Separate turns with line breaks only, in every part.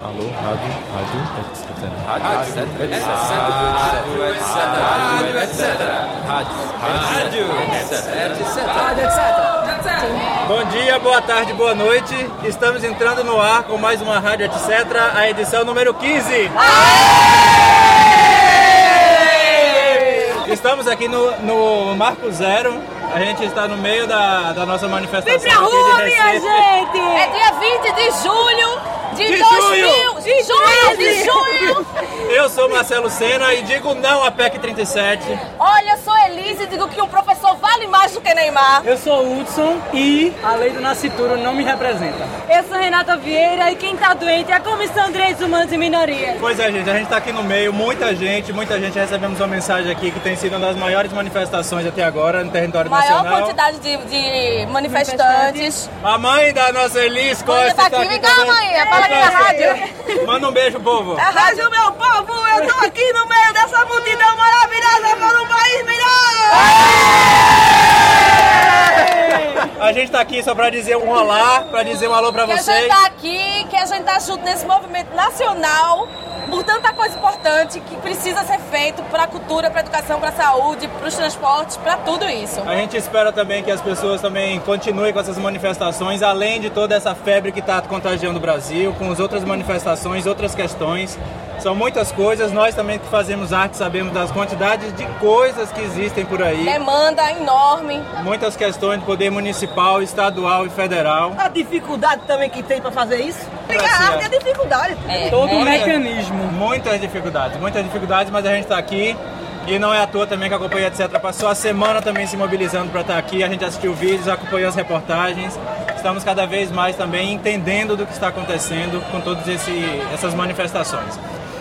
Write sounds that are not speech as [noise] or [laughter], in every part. Alô, rádio, rádio, etc.
Rádio, etc. Rádio, etc. Rádio, etc. Rádio, etc. Rádio, etc.
Bom dia, boa tarde, boa noite. Estamos entrando no ar com mais uma Rádio Etc, a edição número 15. Estamos aqui no, no Marco Zero. A gente está no meio da, da nossa manifestação.
Vem pra rua,
aqui de
minha
Recife.
gente!
É dia 20 de julho de,
De
2000. De junho, de junho.
Eu sou Marcelo Sena e digo não à PEC 37.
Olha, eu sou Elise e digo que um professor vale mais do que Neymar.
Eu sou o Hudson e a lei do nascituro não me representa.
Eu sou Renata Vieira e quem tá doente é a Comissão de Direitos Humanos e Minorias.
Pois é, gente, a gente está aqui no meio, muita gente, muita gente. Recebemos uma mensagem aqui que tem sido uma das maiores manifestações até agora no território
Maior
nacional.
quantidade de, de manifestantes.
A mãe da nossa Elis Costa
tá aqui, vem cá,
também.
mãe, fala aqui na rádio.
Manda um beijo, povo.
É Rádio, meu povo, eu tô aqui no meio dessa multidão maravilhosa para um país melhor.
A gente tá aqui só pra dizer um olá, pra dizer um alô pra
Que a gente
vocês.
tá aqui, que a gente tá junto nesse movimento nacional por tanta coisa importante que precisa ser feito para a cultura, para a educação, para a saúde, para os transportes, para tudo isso.
A gente espera também que as pessoas também continuem com essas manifestações, além de toda essa febre que está contagiando o Brasil, com as outras manifestações, outras questões. São muitas coisas, nós também que fazemos arte sabemos das quantidades de coisas que existem por aí.
É Demanda enorme.
Muitas questões de poder municipal, estadual e federal.
A dificuldade também que tem para fazer isso?
Pra
Ligar
ser.
a arte é dificuldade.
É,
Todo
é.
mecanismo.
Muitas dificuldades, muitas dificuldades, mas a gente está aqui. E não é à toa também que a Companhia Etc. passou a semana também se mobilizando para estar aqui. A gente assistiu vídeos, acompanhou as reportagens. Estamos cada vez mais também entendendo do que está acontecendo com todas esse- essas manifestações.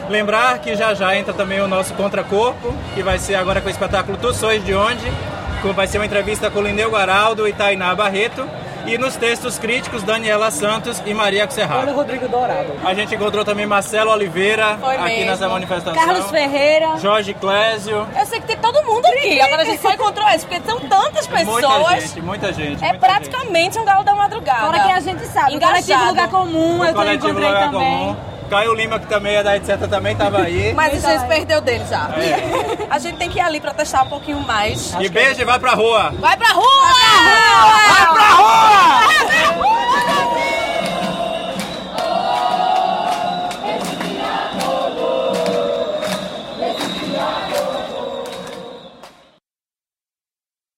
Lembrar que já já entra também o nosso Contracorpo, que vai ser agora com o espetáculo Tu Sois de Onde, que vai ser uma entrevista com Lineu Guaraldo e Tainá Barreto. E nos textos críticos, Daniela Santos e Maria Serrado.
Olha o Rodrigo Dourado.
A gente encontrou também Marcelo Oliveira
Foi
aqui
mesmo.
nessa manifestação.
Carlos Ferreira.
Jorge Clésio.
Eu sei que tem todo mundo aqui. Agora a gente só encontrou esse, porque são tantas
Muita
pessoas.
gente, muita gente. muita
É
gente.
praticamente um galo da madrugada.
Fora que a gente sabe, o coletivo
Engajado.
Lugar Comum, eu também
Coletivo
encontrei
Lugar
também.
Comum. Caio Lima, que também é da etc, também estava aí.
Mas a
né?
gente perdeu dele já.
É.
[laughs] A gente tem que ir ali pra testar um pouquinho mais.
E beijo e vai pra rua.
Vai pra rua!